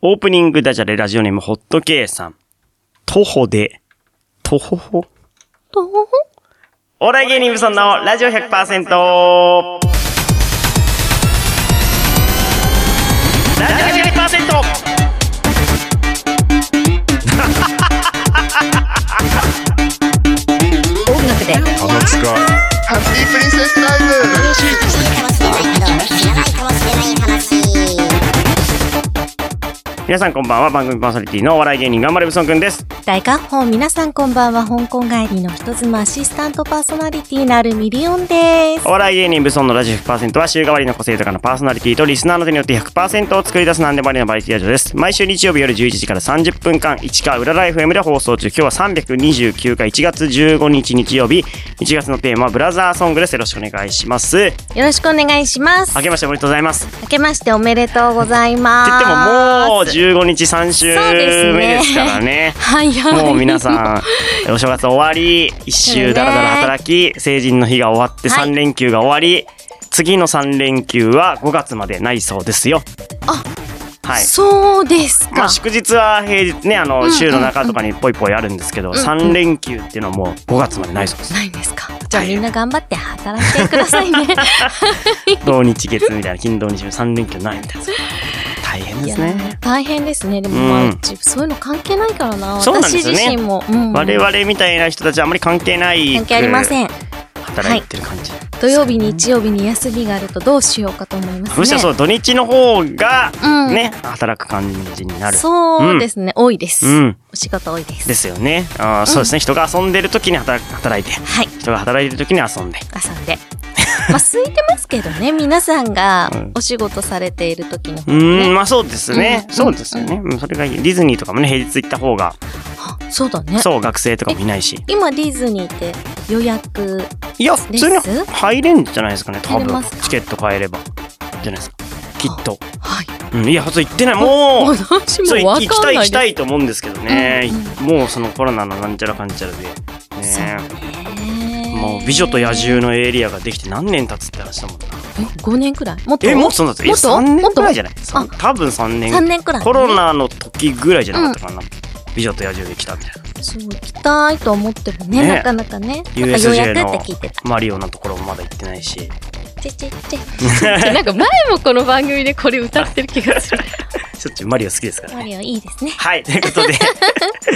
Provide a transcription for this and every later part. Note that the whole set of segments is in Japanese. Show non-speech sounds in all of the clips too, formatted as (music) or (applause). オープニングダジャレラジオネームホットケイさん。徒歩で、徒歩ほとほほ。お笑い芸人ブソンのラジオ100%ラジオ100%音楽で。鼻つかハッピープリンセスタイム皆さんこんばんは、番組パーソナリティのお笑い芸人頑張れブソンくんです。大合本皆さんこんばんは。香港帰りの人妻アシスタントパーソナリティなるミリオンですお。笑い芸人ブソンのラジオ100%は週替わりの個性とかのパーソナリティとリスナーの手によって100%を作り出す何でもありのバリエティラジオです。毎週日曜日夜11時から30分間、1か裏ライフ M で放送中。今日は329回1月15日日曜日。1月のテーマはブラザーソングです。よろしくお願いします。よろしくお願いします。明けましておめでとうございます。って明けましておめでとうございます。言ってももう15日3週そうですね目ですからね。はいは (laughs) い。もう皆さ (laughs) ん、お正月終わり、一週だらだら働き、成人の日が終わってはい3連休が終わり、次の3連休は5月までないそうですよ。はい。そうですまかあ、。祝日は平日ね、あうんうの、ん週の中とかにぽいぽいあるんですけど、3連休っていうのはもう5月までないそうです。ないんですか。じゃあみんな頑張って働いてくださいね。土日月みたいな、金土日3連休ないみ (laughs) たいな。大変ですね。いや大変ですね。でもまあ、うんうちそういうの関係ないからな。そうなんで私す自よね身も。うん我々みたいな人たちはあまり関係ない。関係ありまん。せん。働いてる感じ。土曜日、日曜日に休みがあるとどうしようかと思いますね。むしろそう、土日の方が、うんね、働く感じになる。そうですね、多いです、うんお仕事多いです。ですよね。あーそうですね。人が遊んでる時に働く働いて、はい、人が働いてる時に遊んで。朝で。 (laughs) まあ、空いてますけどね、皆さんがうんお仕事されている時のうー方がん、ね。まあそうですね。うんそうですよね。うんそれがいい。ディズニーとかもね、平日行った方が、あそうだね。そう、学生とかもいないし。今ディズニーって予約、いや、普通に入れんじゃないですかね、多入れま分す。かチケット買えれば。じゃないですか。きっと。はい、うん、いや、そう行ってない。ももうう、私そう、行もわかんないきたい行きたい。いと思うんですけどねうん。もうそのコロナのなんちゃらかんちゃらで。そうねね。もう美女と野獣のエリアができて何年経つって話だもんな。え。5年くらいもっとえ、もっとそんなだったえ、もっと3も年っとくらいじゃないさあん多分3年。 3年くらい、コロ。ナの時ぐらいじゃなかったかな。美女と野獣で来たみたいな。そう、行きたいと思ってもね、ねなかなかね。なんか予 USJ 約っての聞いてた。マリオのところもまだ行ってないし。ちぇちぇちぇ (laughs) ちょなんか前もこの番組でこれ歌ってる気がする。しょっちゅうマリオ好きですからマね。リオいいですね。はい、ということ (laughs) で、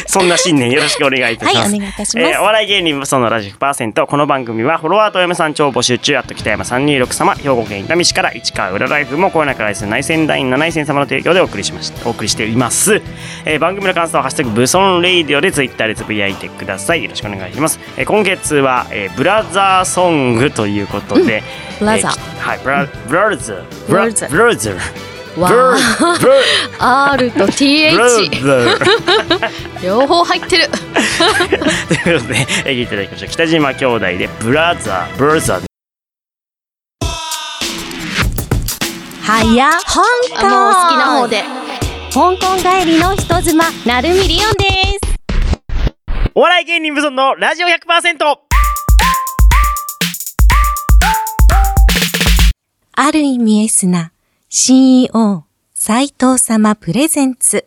そんな新年よろしくお願いいたはしい、ます。お願いいたします。えーお笑い芸人ブソンのラジオ100%この番組はフォロワーとお嫁さん超募集中あと北山326様兵庫県伊丹市から市川裏ライフもコーナーからです内戦第員7戦様の提供でお送りしましたお送りしています、えー番組の感想は「ハッシュタグブソンレイディオ」でツイッターでつぶやいてくださいよろしくお願いします、えー今月は、えーブラザーソングということで、ブラザーえきはいブラブラザーブラブラザーブラザーブわラブラ R とブラザ TH ー (laughs) 両方入ってる。ということで、えー聞いていただきましょう。北島兄弟で、ブラザー、ブラザーで。はや香港。もう好きな方で。香港帰りの人妻なるみりおんです。お笑い芸人無尊のラジオ100%ある意味エスな CEO 斉藤様プレゼンツ。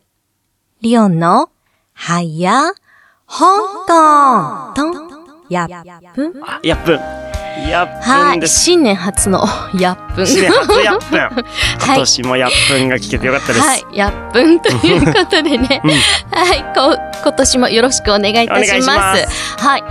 リオンのはや香港とやっぷん。あやっぷん。やっはぷんでい、す。新年初のやっぷん。新年初やっぷん。今い年もやっぷんが聞けてよかったです。はい、やっぷんということでね、はい、こ今年もよろしくお願いいたします。お願いしまはい、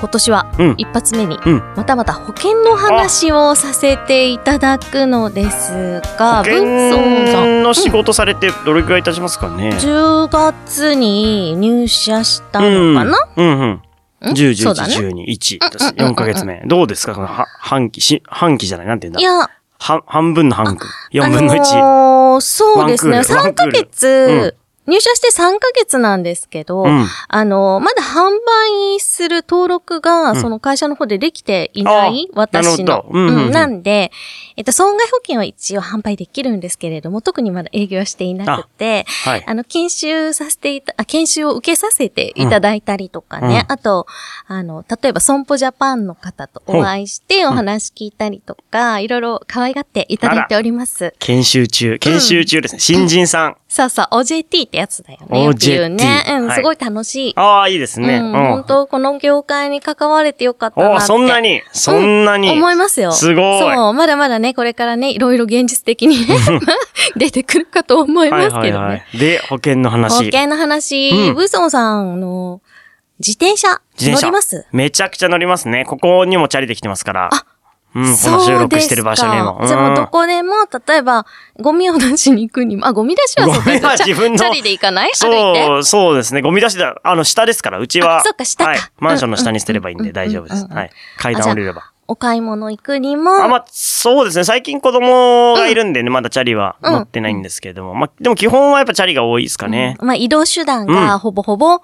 今年はうん一発目に、うんまたまた保険の話をさせていただくのですが、保文ンさん。険の仕事されてどれくらい経ちますかね。 10月に入社したのかな、うんうん。ん10、そ11うだ、ね。 12、1、4ヶ月目。どうですかこのは半期、し半期じゃないなんて言うんいだや、は半分の半分。4あ分の1。のーそうですね。ワンクール3ヶワンクー月入社して3ヶ月なんですけど、うんあの、まだ販売する登録が、んその会社の方でできていない、あなるほ私どの、うんうんうんなんで、えっと、損害保険は一応販売できるんですけれども、特にまだ営業はしていなくて、あ,、はい。の、研修させていた、あ、研修を受けさせていただいたりとかね、うあと、あの、例えば、損保ジャパンの方とお会いしてお話聞いたりとか、いろいろ可愛がっていただいております。研修中、研修中ですね。新人さん。そうそう、OJT ってやつだよね。よく言うね。 OJT うん、はいすごい楽しい。ああ、いいですね。うん、本当この業界に関われてよかったなっおて。ーそんなに、そんなに。思いますよ。すごいそう、まだまだね、これからね、いろいろ現実的にね、 (laughs) 出てくるかと思いますけどね。い。で、保険の話。保険の話、うんブーソンさんの自転車自転車乗りますめちゃくちゃ乗りますね。ここにもチャリで来てますから。あうん、この収録してる場所にも。そうですかじゃあもうどん、こでも、例えば、ゴミを出しに行くにも、あ、ゴミ出しはそうゴミはか。チャ自分のチャリで行かない歩いて。そう、そうですね。ゴミ出しだ、あの、下ですから、うちは。あそっか下かはい。マンションの下に捨てればいいんうんうでん大丈夫です。うんうんはい。階段降りれば。お買い物行くにも、あ、まあ、そうですね。最近子供がいるんでね、まだチャリはうん乗ってないんですけれども。まあ、でも基本はやっぱチャリが多いですかね。まあ移動手段うがんほぼほぼ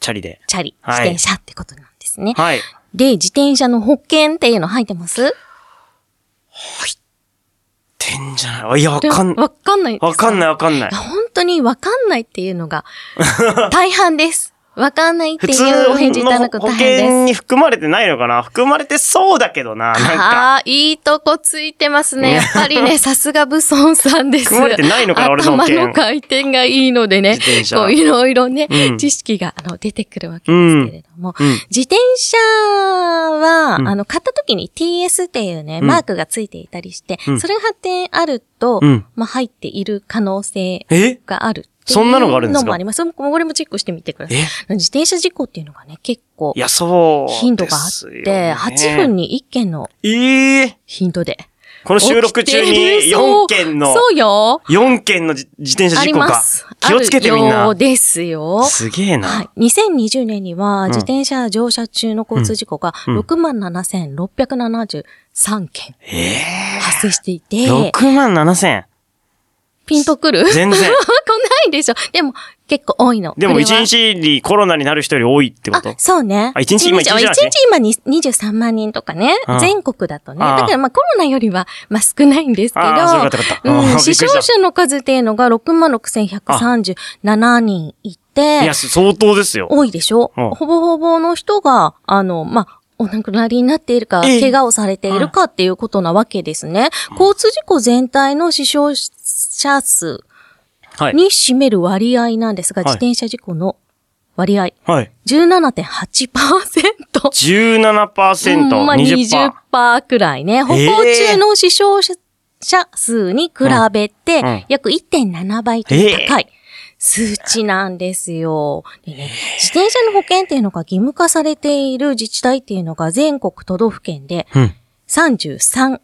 チャリで。チャリ、はい自転車ってことなんですね。はい。で、自転車の保険っていうの入ってますてんじゃない。あいや、わかん、わかんないですわかんないわかんないいや。本当にわかんないっていう (laughs) のが大半です。わかんないって普いうお返通事いただくのと保大変険です。に含まれてないのかな含まれてそうだけどな。なんか。ああー、いいとこついてますね。やっぱ (laughs) りね、さすが武尊さんです。含まれてないのかな俺の保頭険の回転がいいのでね自転、車こういろいろね、うん知識があの出てくるわけですけれども、うん。自転車は、うんあの、買った時に TS っていうね、うんマークがついていたりして、うんそれが貼ってあると、うんまあ、入っている可能性えがあるっていうそんなのがあるんですかのもあります。これもチェックしてみてください。え自転車事故っていうのがね、結構い、や、そう、頻度があって、8分に。に1件のええ頻度で。この収録中に起きてる4件のそ、うそうよ。 4件のじ自転車あ事り故まかす。。気をつけてみんあるよなう。ですよ。すげえはな。い。2020年には、ん自転車乗車中の交通事故がうん67,673件ええ発生していて、 6万7千。ピンとく (laughs) る来全然。ないでしょ。でも、結構多いの。でもこれは1日にコロナになる人より多いってこあと、そうね。あ一日今一あ一日じゃない一日今に23万人とかねうん。全国だとね。ああだからまあコロナよりは、まあ少ないんですけど。ああそうかよかったよかったああうん。びっく死りした傷者の数っていうのが66,137人いいてや、、相当ですよ。多いでしょうんほぼほぼの人が、あの、まあ、お亡くなりになっているか、ええ怪我をされているかっていうことなわけですね。交通事故全体の死傷者数はい。に占める割合なんですが、はい自転車事故の割合、はい。 17.8%。 17%、うんまあ、 20%。 20%くらいね。歩行中の死傷者数に比べてうんうん、約1.7倍という高い数値なんですよ、でね自転車の保険っていうのが義務化されている自治体っていうのが全国都道府県でうん。 33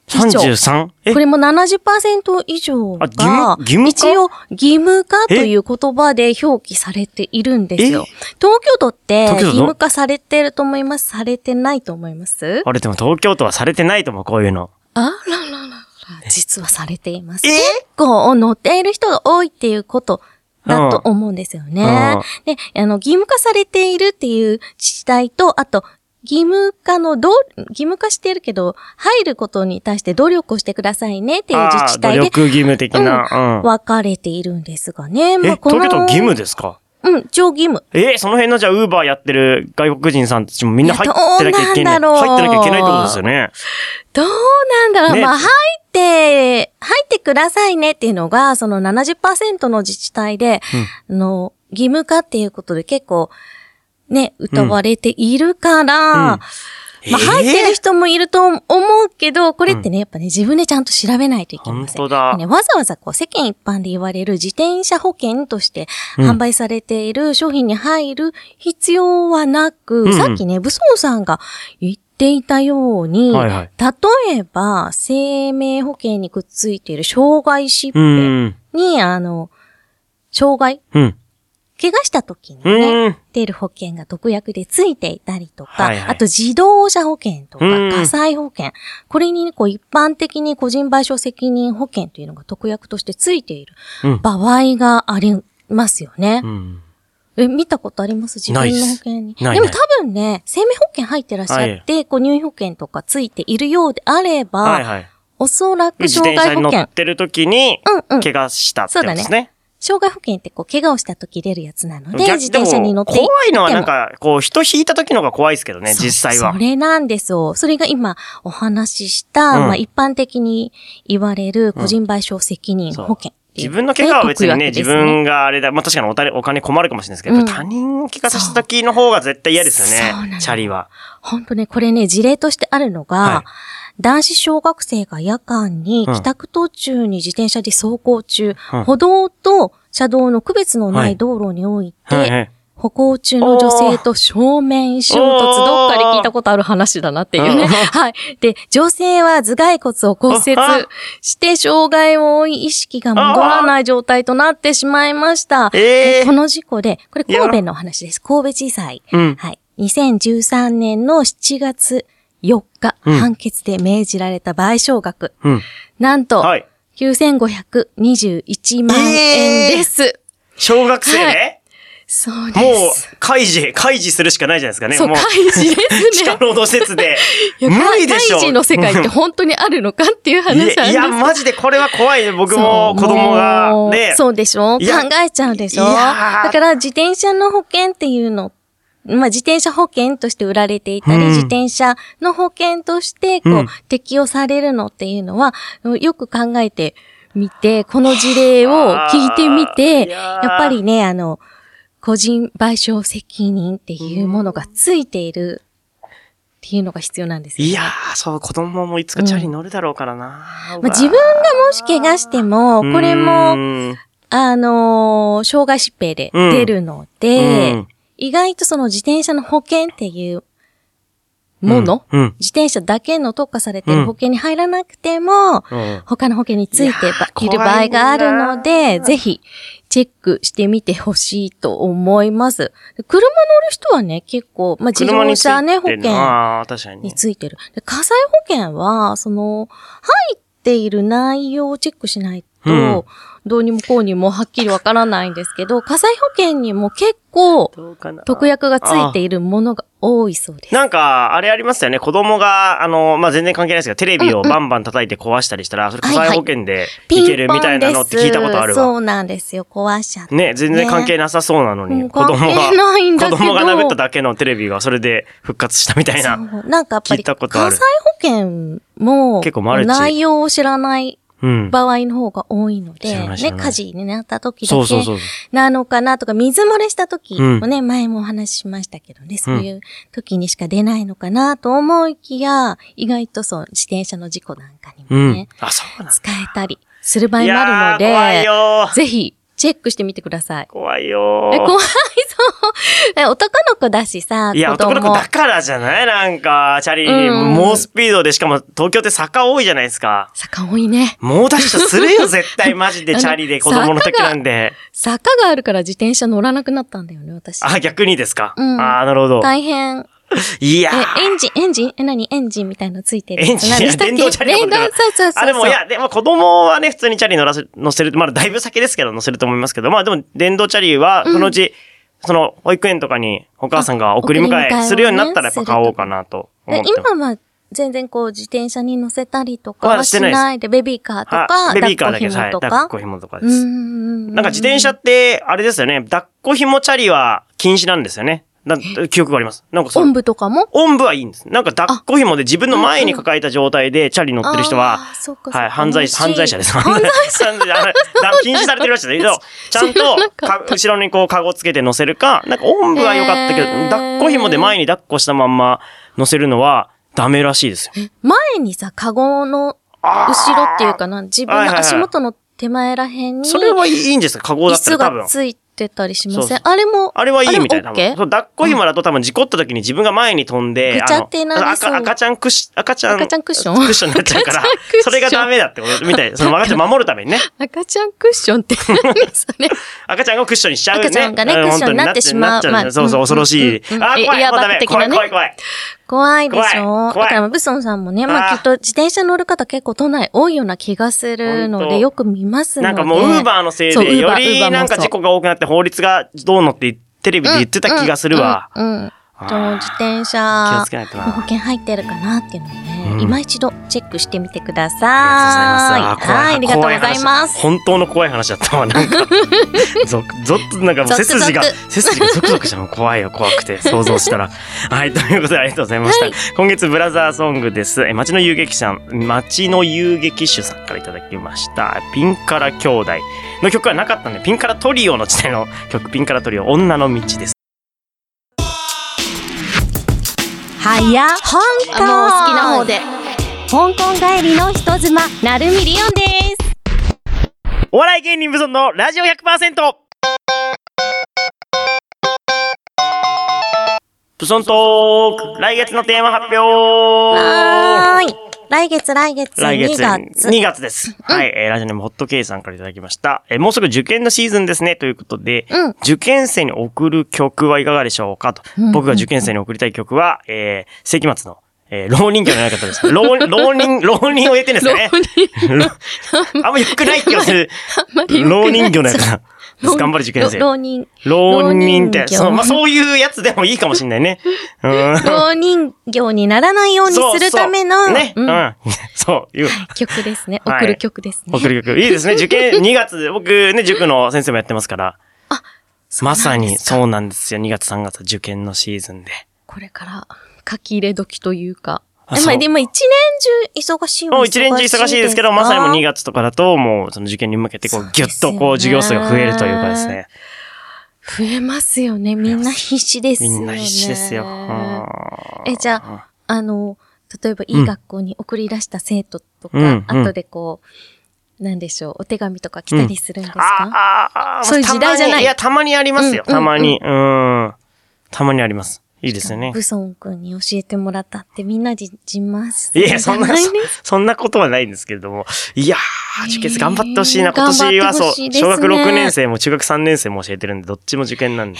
以上。 33? えこれも70%以上あ義務が、義務化一応義務化という言葉で表記されているんですよえ。東京都って東京義都務化されてると思いますされてないと思いますあれでも東京都はされてないと思う、こういうの。あららららら、実はされています。結構乗っている人が多いっていうことだと思うんですよね。で、あの、義務化されているっていう自治体と、あと、義務化のどう、義務化してるけど、入ることに対して努力をしてくださいねっていう自治あー体努で力義務的な。分かれているんですがね。うん。え、東京都義務ですかうん、上義務。え、その辺のじゃあ、ウーバーやってる外国人さんたちもみんな入ってなきゃいけない。いやどうなんだろう入ってなきゃいけないってことですよね。どうなんだろう、ねまあ、入って、入ってくださいねっていうのが、その70%の自治体で、あの、義務化っていうことで結構、ね、歌われているから、うんうんまあ、えー入ってる人もいると思うけど、これってね、やっぱね、自分でちゃんと調べないといけません。本当だね、わざわざこう、世間一般で言われる自転車保険としてうん販売されている商品に入る必要はなく、うんさっきね、武装さんが言っていたように、はいはい例えば、生命保険にくっついている障害疾う病ん。に、あの、障害、うん。怪我した時にうねん、出る保険が特約でついていたりとか、はいはいあと自動車保険とかうん火災保険、これにこう一般的に個人賠償責任保険というのが特約としてついているうん場合がありますよね。うん。え、見たことあります自分ないっの保す険に。ないでもない多分ね、生命保険入ってらっしゃって、こう入院保険とかついているようであれば、はいはい。おそらく自障転車害に保乗険っ。てる時に、うんうん怪我したってことですね。障害保険ってこう、怪我をした時出るやつなので、逆自転車に乗ってでも怖いのはてもなんか、こう、人引いた時の方が怖いですけどね、そう実際はそ。れなんですよ。それが今お話しした、うんまあ一般的に言われる個人賠償責任保険ってい自う、分の怪我は別にね、で自解くわけですね分があれだ、まあ確かにお金お金困るかもしれないですけど、うん他人を怪我させた時の方が絶対嫌ですそうよなねの、チャリは。本当ね、これね、事例としてあるのが、は男子小学生が夜間にうん帰宅途中に自転車で走行中、うん歩道と車道の区別のはないい道路において、はいはい歩行中の女性と正面衝突、おーどっかで聞いたことある話だなっていううね。んはい。で、女性は頭蓋骨を骨折して、障害を負い意識が戻らない状態となってしまいました。ええこの事故で、これ神戸の話です。神戸地裁。うん。はい。2013年の7月4日、うん判決で命じられた賠償額。うん。なんと、はい。 9521万円です。小学生ね、そうもうです。、開示、開示するしかないじゃないですかね。そう、もう、開 (laughs) 示です地ね下。労働施設で。 (laughs) いや無理でしょ。カイジの世界って本当にあるのかっていう話なんですいや、マジでこれは怖いね。僕も子供そうもが、うね。そうでしょ考いやえちゃうでしょいやーだから自転車の保険っていうの、まあ、自転車保険として売られていたり、うん自転車の保険として、こう、うん適用されるのっていうのは、よく考えてみて、この事例を聞いてみいて、ややーっぱりね、あの、個人賠償責任っていうものがついているっていうのが必要なんですよねいやー、そう、子供もいつかチャリ乗るだろうからな。まあ、自分がもし怪我しても、これうも、んあのー障害疾病で出るのうでん、意外とその自転車の保険っていうもの、うんうん自転車だけの特化されてる保険に入らなくても、うん他の保険についてばいいやーる場合があるの怖いで、なーぜひチェックしてみてほしいと思います。車乗る人はね、結構、まあ、自動車ね、保車について険んの。ああ、確かにに。ついてる。で火災保険は、その、入っている内容をチェックしないと、うんどうにもこうにもはっきりわからないんですけど、火災保険にも結構、どうかな特約がついているものが多いそうです。なんか、あれありますよね。子供が、あの、まあ、全然関係ないですけど、テレビをバンバン叩いて壊したりしたら、それ火災保険でいけるみたいなのって聞いたことあるそわ。うなんですよ。壊しちゃって。ね、全然関係なさそうなのねうに、ん子供関係ないんだが、けど子供 (laughs) が殴っただけのテレビがそれで復活したみたいな。そうなんかやっ聞ぱいり、たこ火災とあ保る険も結構マル、チ内容を知らないうん。場合の方が多いので、知らない知らね、ない火事になった時だけ、そうそうそう。なのかなとか、水漏れした時もね、前もお話ししましたけどね、そういう時にしか出ないのかなと思いきや、意外とそう、自転車の事故なんかにうもんね、。あ、そうなんだ。使えたりする場合いもあやー怖いるのよーで、ぜひ、チェックしてみてください。怖いよえ、ー怖いそう。え男の子だしさ、いや、子供男の子だからじゃないなんか、チャリ、うん猛スピードで、しかも東京って坂多いじゃないですか。坂多いね。猛ダッシュするよ、絶対、マジで、チャリで子供の時なんで。坂があるから自転車乗らなくなったんだよね、私。あ、逆にですか。うんあーなるほど。大変。いやーえ、エンジン、エンジンえ、何エンジンみたいのついてる。エンジン何でしたっけ電動チャリのこ電と動、だそうそうそうそう。あ、でも、いや、でも子供はね、普通にチャリ乗らせ、乗せる、まだだいぶ先ですけど乗せると思いますけど、まあでも、電動チャリは、そのうち、その、保育園とかにお母さんが送り迎あ送り迎えをえねするようになったら、やっぱ買おうかなと思でってます。今は全然こう自転車に乗せたりとかまあはしてしないですないで、ベビーカーとか、あベビーカーだけです。は抱い。っこ紐と抱っこ。紐とかかうでーす。んなんか自転車って、あれですよね、抱っこ紐チャリは禁止なんですよね。だ記憶があります。なんかそおんの、ぶとかもおんぶはいいんです。なんか抱っこ紐で自分の前に抱えた状態でチャリ乗ってる人はあーそうかそうかはい、犯罪、し犯罪者です。犯罪者犯罪者あれだ禁止されてるらしいですけど、ちゃん知らなとか (laughs) か、後ろにこう、カゴつけて乗せるか、なんか、おんぶは良かったけど、へー抱っこ紐で前に抱っこしたまんま乗せるのは、ダメらしいですよ。前にさ、カゴのあー後ろっていうかな、自分の足元の手前らへんに、それはいいんですかカゴ椅だったら子多分が。ついてたりしまそせうんあれも、あれはいいみたいな。あ多分れもそう OK? 抱っこ紐だと多分事故った時に自分が前に飛んで、ぐちゃってなりあのそう赤赤ちゃんクシ、赤ちゃん、赤ちゃんクッションクッションになっちゃうから赤ちゃんクッション、それがダメだってこと、みたい。その赤ちゃん守るためにね。赤ちゃんクッションって何それ赤ちゃんがクッションにしちゃうね。赤ちゃんがねうクッションになってしまうなっちゃまそあうそう、うん恐ろしい。うんうんあー、怖えい、エアもうバッグダメ。的怖、ないね怖い、怖い。怖いでしょ怖い怖いだから、ブソンさんもね、まああーきっと自転車乗る方結構都内多いような気がするの本当で、よく見ますのなで。んかもう、ウーバーのせいそうで、よ Uber り Uber もなんかそう事故が多くなって法律がどうのってテレビで言ってた気がするわ。うん。うん。うんその自転気車をつけないとな。の保険入ってるかなっていうのをね、うん今一度チェックしてみてくだあさい。りがとうございます。はい、ありがとうございます。本当の怖い話だったわ。なん (laughs) か、ぞ、ぞっと、なんかもう背筋がゾク、背筋がゾクゾクしたの怖いよ、怖くて、想像したら。 (laughs) はい、ということでありがとうございました。はい今月ブラザーソングです。え、街の遊撃者、街の遊撃手さんからいただきました。ピンカラ兄弟の曲はなかったんで、ピンカラトリオの時代の曲、ピンカラトリオ、女の道です。はや、香港あもう好きな方。で。香港帰りの人妻、なるみりおんです。お笑い芸人無尊のラジオ 100%! ブソントーク来月のテーマ発表はーい。来月、来月、来月2月。 2月です。はい、えーラジオネームホットケイさんからいただきました。えーもうすぐ受験のシーズンですね、ということで、うん受験生に送る曲はいかがでしょうかと。うんうん僕が受験生に送りたい曲は、えー、世紀末の、えー、浪人曲じゃなかったです。 (laughs) 浪浪人、浪人を得てですね。 (laughs) あんま良くない気がする。浪人魚のやつだ。 (laughs) 浪頑張る受験生。浪人、浪人っ浪て、人魚そう、まあ、そういうやつでもいいかもしれないね。うん。浪人形にならないようにそうするための、そうね。ううんん。 (laughs) そう、いう。曲ですね。はい送る曲ですね。送る曲。いいです (laughs) ね。受験、2月、僕ね、塾の先生もやってますから。まさに、そうなんですよ。2月、3月、受験のシーズンで。これから書き入れ時というか。あでそも、うでも一年中忙しいはもう一年中忙しいですけど、まさにもう2月とかだと、もうその受験に向けて、こそうう、ですぎゅよっねとこう、授業数が増えるというかですね。増えますよね。みんな必死ですみよね。んな必死ですよ。うんえ、じゃあ、あの、例えばいい学校に送り出した生徒とか、うんうん後でこう、なんでしょう、お手紙とか来たりするんですか、ああ、ああ、そういう時代じゃなたまにいいや、たまにありますよ。うんうたんまに。うん。たまにあります。いいですよね。ブソン君に教えてもらったってみんなじ、じます。いや、そんな、じそゃいですそんなことはないんですけれども。いやー、受験生頑張ってほしいな。えー今年は頑張そう、ってほしいです小ね学6年生も中学3年生も教えてるんで、どっちも受験なんで。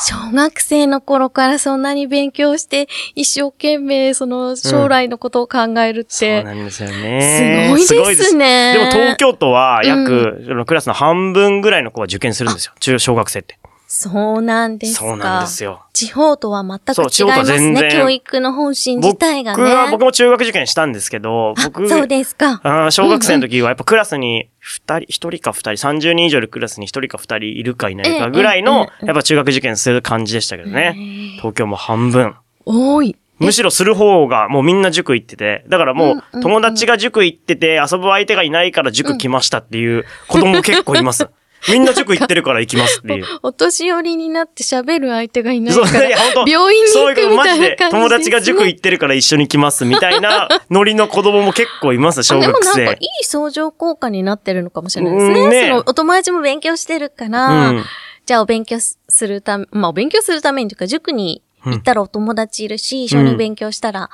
小学生の頃からそんなに勉強して、一生懸命その将来のことを考えるっそうて、なんですよすね。ごいです。ね。でも東京都は約う、そのクラスの半分ぐらいの子は受験するんですよ。中小学生って。そうなんですか。そうなんですよ。地方とは全くそう地違い方とはます全ね。然教育の本心自体がね。僕は、僕も中学受験したんですけど、僕、そうですか。あー小学生の時はやっぱクラスに二人、一人か二人、30人以上いるクラスに一人か二人いるかいないかぐらいの、うんうんうんうんやっぱ中学受験する感じでしたけどね。東京も半分。多い。むしろする方がもうみんな塾行ってて、だからもう友達が塾行ってて遊ぶ相手がいないから塾来ましたっていう子供結構い (laughs) ます。みんな塾行ってるから行きますっていう。お年寄りになって喋る相手がいないそかう、いや、ら、本当病院にそう行いうこくとみマたジいでな感じです、ね。友達が塾行ってるから一緒に来ますみたいなノリの子供も結構います、小あでも学なんかい生。い相乗効果になってるのかもしれないですうんね。ねそのお友達も勉強してるかうら、ん。じゃあお勉強するため、まあお勉強するためにというか塾に行ったらお友達いるし、一緒に勉強したら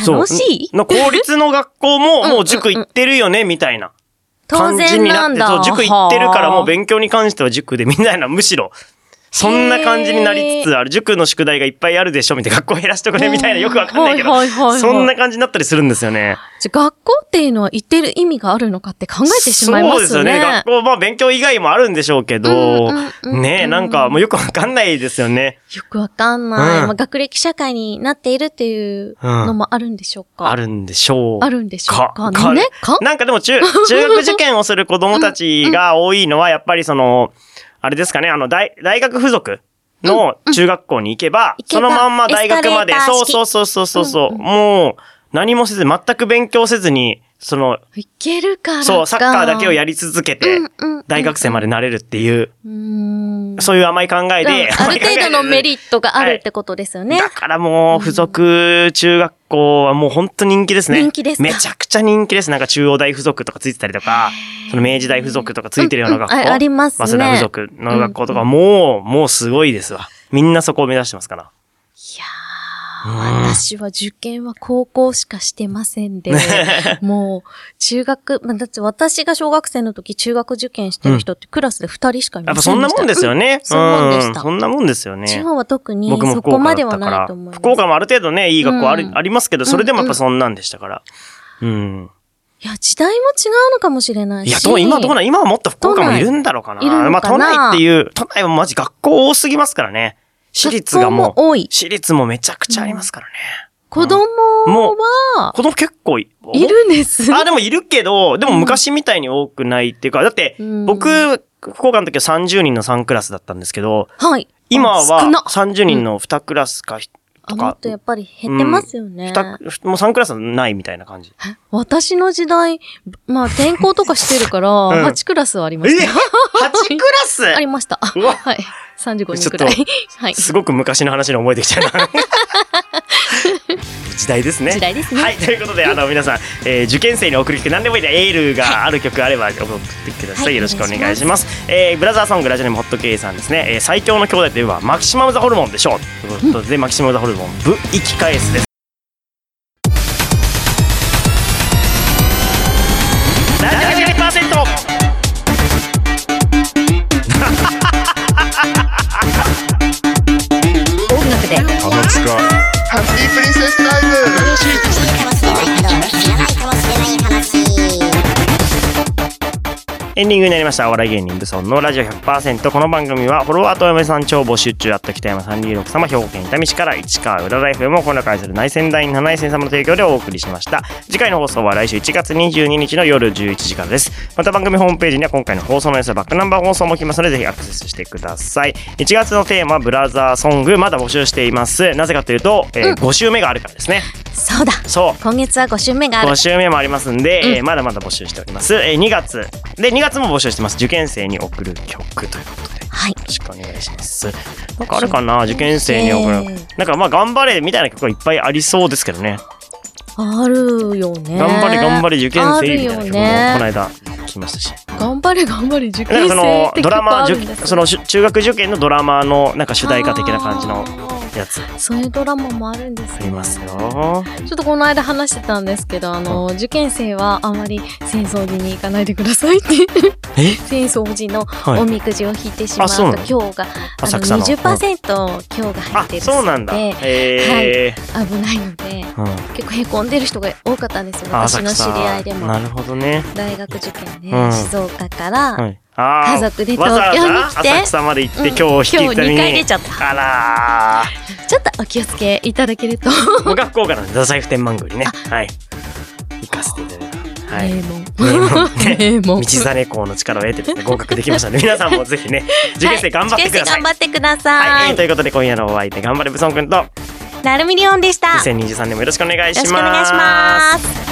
そう楽しい、の公立の学校も、もう塾行ってるよね、みたいな当感じ然にななっんて、だ。そう、塾行ってるからもう強。勉強に関しては塾で、みたいな、むしろ。そんな感じになりつつある。塾の宿題がいっぱいあるでしょみたいな、学校減らしとくねみたいな、よくわかんないけどはいはいはいは、いそんな感じになったりするんですよね。じゃあ学校っていうのは行ってる意味があるのかって考えてしまいますね。そうですよね。学校、まあ勉強以外もあるんでしょうけど、ねえ、なんかもうよくわかんないですよね。よくわかんない。うんまあ、学歴社会になっているっていうのもあるんでしょうか、あるんでしょう。あるんでしょうかかねかなんかでも中、中学受験をする子供たちが多いのは、やっぱりその、あれですかね、あの、大、大学附属の中学校に行けば、行けそばのまんま大学まで、エスカレーターそう式そうそうそうそう、そうもう、何もせず、全く勉強せずに、その、いけるからか。そう、サッカーだけをやり続けてうんうんうん、大学生までなれるっていう、うーん。そういう甘い考えで、ある程度のッメトリットがあるってことですよね。だからもう、付属中学校はもう本当人気ですね。人気ですかめちゃくちゃ人気です。なんか中央大附属とかついてたりとか、その明治大附属とかついてるような学校。うんうんあありますね早稲田附属の学校とかもう、もうすごいですわ。みんなそこを目指してますから。いや私は受験は高校しかしてま (laughs) せんで、もう、中学、まあだって私が小学生の時中学受験してる人ってクラスで二人しかいやまっぱせそんんでなした。もんですよね。そうなんでしたそんなもんですよね。地方は特に僕もそ福こ岡までだっはたかないらと思います。福岡もある程度ね、いい学校あり,、うんありますけど、それでもやっぱそんなんでしたから。うん。いや、時代も違うのかもしれないし。いや、どう、今どうなん今はもっと福岡もいるんだろうかな。都内いまるのあ、かな都内っていう、都内はマジ学校多すぎますからね。私立がも学校う、も多い。私立もめちゃくちゃありますからね。子供は、子供結構い、いるんです。あ、でもいるけど、でも昔みたいに多くないっていうか、だってうん、僕、福岡の時は30人の3クラスだったんですけど、はい。今少なは30人の2クラスか、あ、ともっか、とやっぱり減ってますよね。二もう3クラスないみたいな感じ。私の時代、まあ転校とかして (laughs) るから、ん8クラスはありまえし !8 クラ (laughs) スた。ありました。うわはい。35人くらい。ちょはい。すごく昔の話に思えてきちゃう (laughs) な。時代ですね。時代ですねはい、ということで、あの、皆さん、えー受験生に送りつけ、何でもいいで、エールがある曲あれば、送ってください,、はいよろしくお願いします。えーブラザーソングラジオネームホットケイさんですね、えー最強の兄弟といえば、マキシマムザホルモンでしょう。ということで、マキシマムザホルモン、ぶ、生き返すです。ラジオ100%。音楽で楽しか Happy Princess Time! エンディングになりました。お笑い芸人ブソンのラジオ100%。この番組は、フォロワーとお嫁さん超募集中あった北山326様、兵庫県伊丹市から市川浦ライフもこの会する内戦第7内戦様の提供でお送りしました。次回の放送は来週1月22日の夜11時からです。また番組ホームページには今回の放送の様子やバックナンバー放送も来ますので、ぜひアクセスしてください。1月のテーマ、ブラザーソング、まだ募集しています。なぜかというと、えー5週目があるからですね。そうだ。そう。今月は5週目がある5。週目もありますんで、えーまだまだ募集しております、えー、2月で2月も募集してます受験生に送る曲ということでよはい。ろしくお願いしますなんかあるかな受験生に送るなんかまあ頑張れみたいな曲がいっぱいありそうですけどねあるよね。頑張れ頑張れ受験あ生るみよたいな曲もこのね。間聞きましたし頑張れ頑張れ受なん験かそ生のってド曲ラマあ受るんですそのし中学受験のドラマのなんか主題歌的な感じのあやつあーそういうドラマもあるんですねりますよちょっとこの間話してたんですけど、あの、受験生はあまり戦争時に行かないでくださいって。え (laughs) 戦争時のはいおみくじを引いてしまうあと、そうなの今日が、あ浅の、草の20%今日が入あってるそうなんだでへえ危ないので、ーうん結構へこんでる人が多かったんですよ。あ私の知り合いでなも。るほどね大学受験で、うん静岡から、い、あー家族で東京に来てわざわざ浅草まで行って、うん今日を引き今ため日2に回出ちゃった。あら (laughs) ちょっとお気をつけいただけると、ー僕は福岡なんで太宰府天満宮にねはい行かせていただいたはい名名門。(laughs) 門名門道真公の力を得てですね合格できましたので皆さんもぜひね受験生頑張ってくださ、はい受験生頑張ってくだはい、さえい。ーということで今夜のお相手頑張れブソン君となるみりおんでした。 2023年もよろしくお願いしますよろしくお願いします。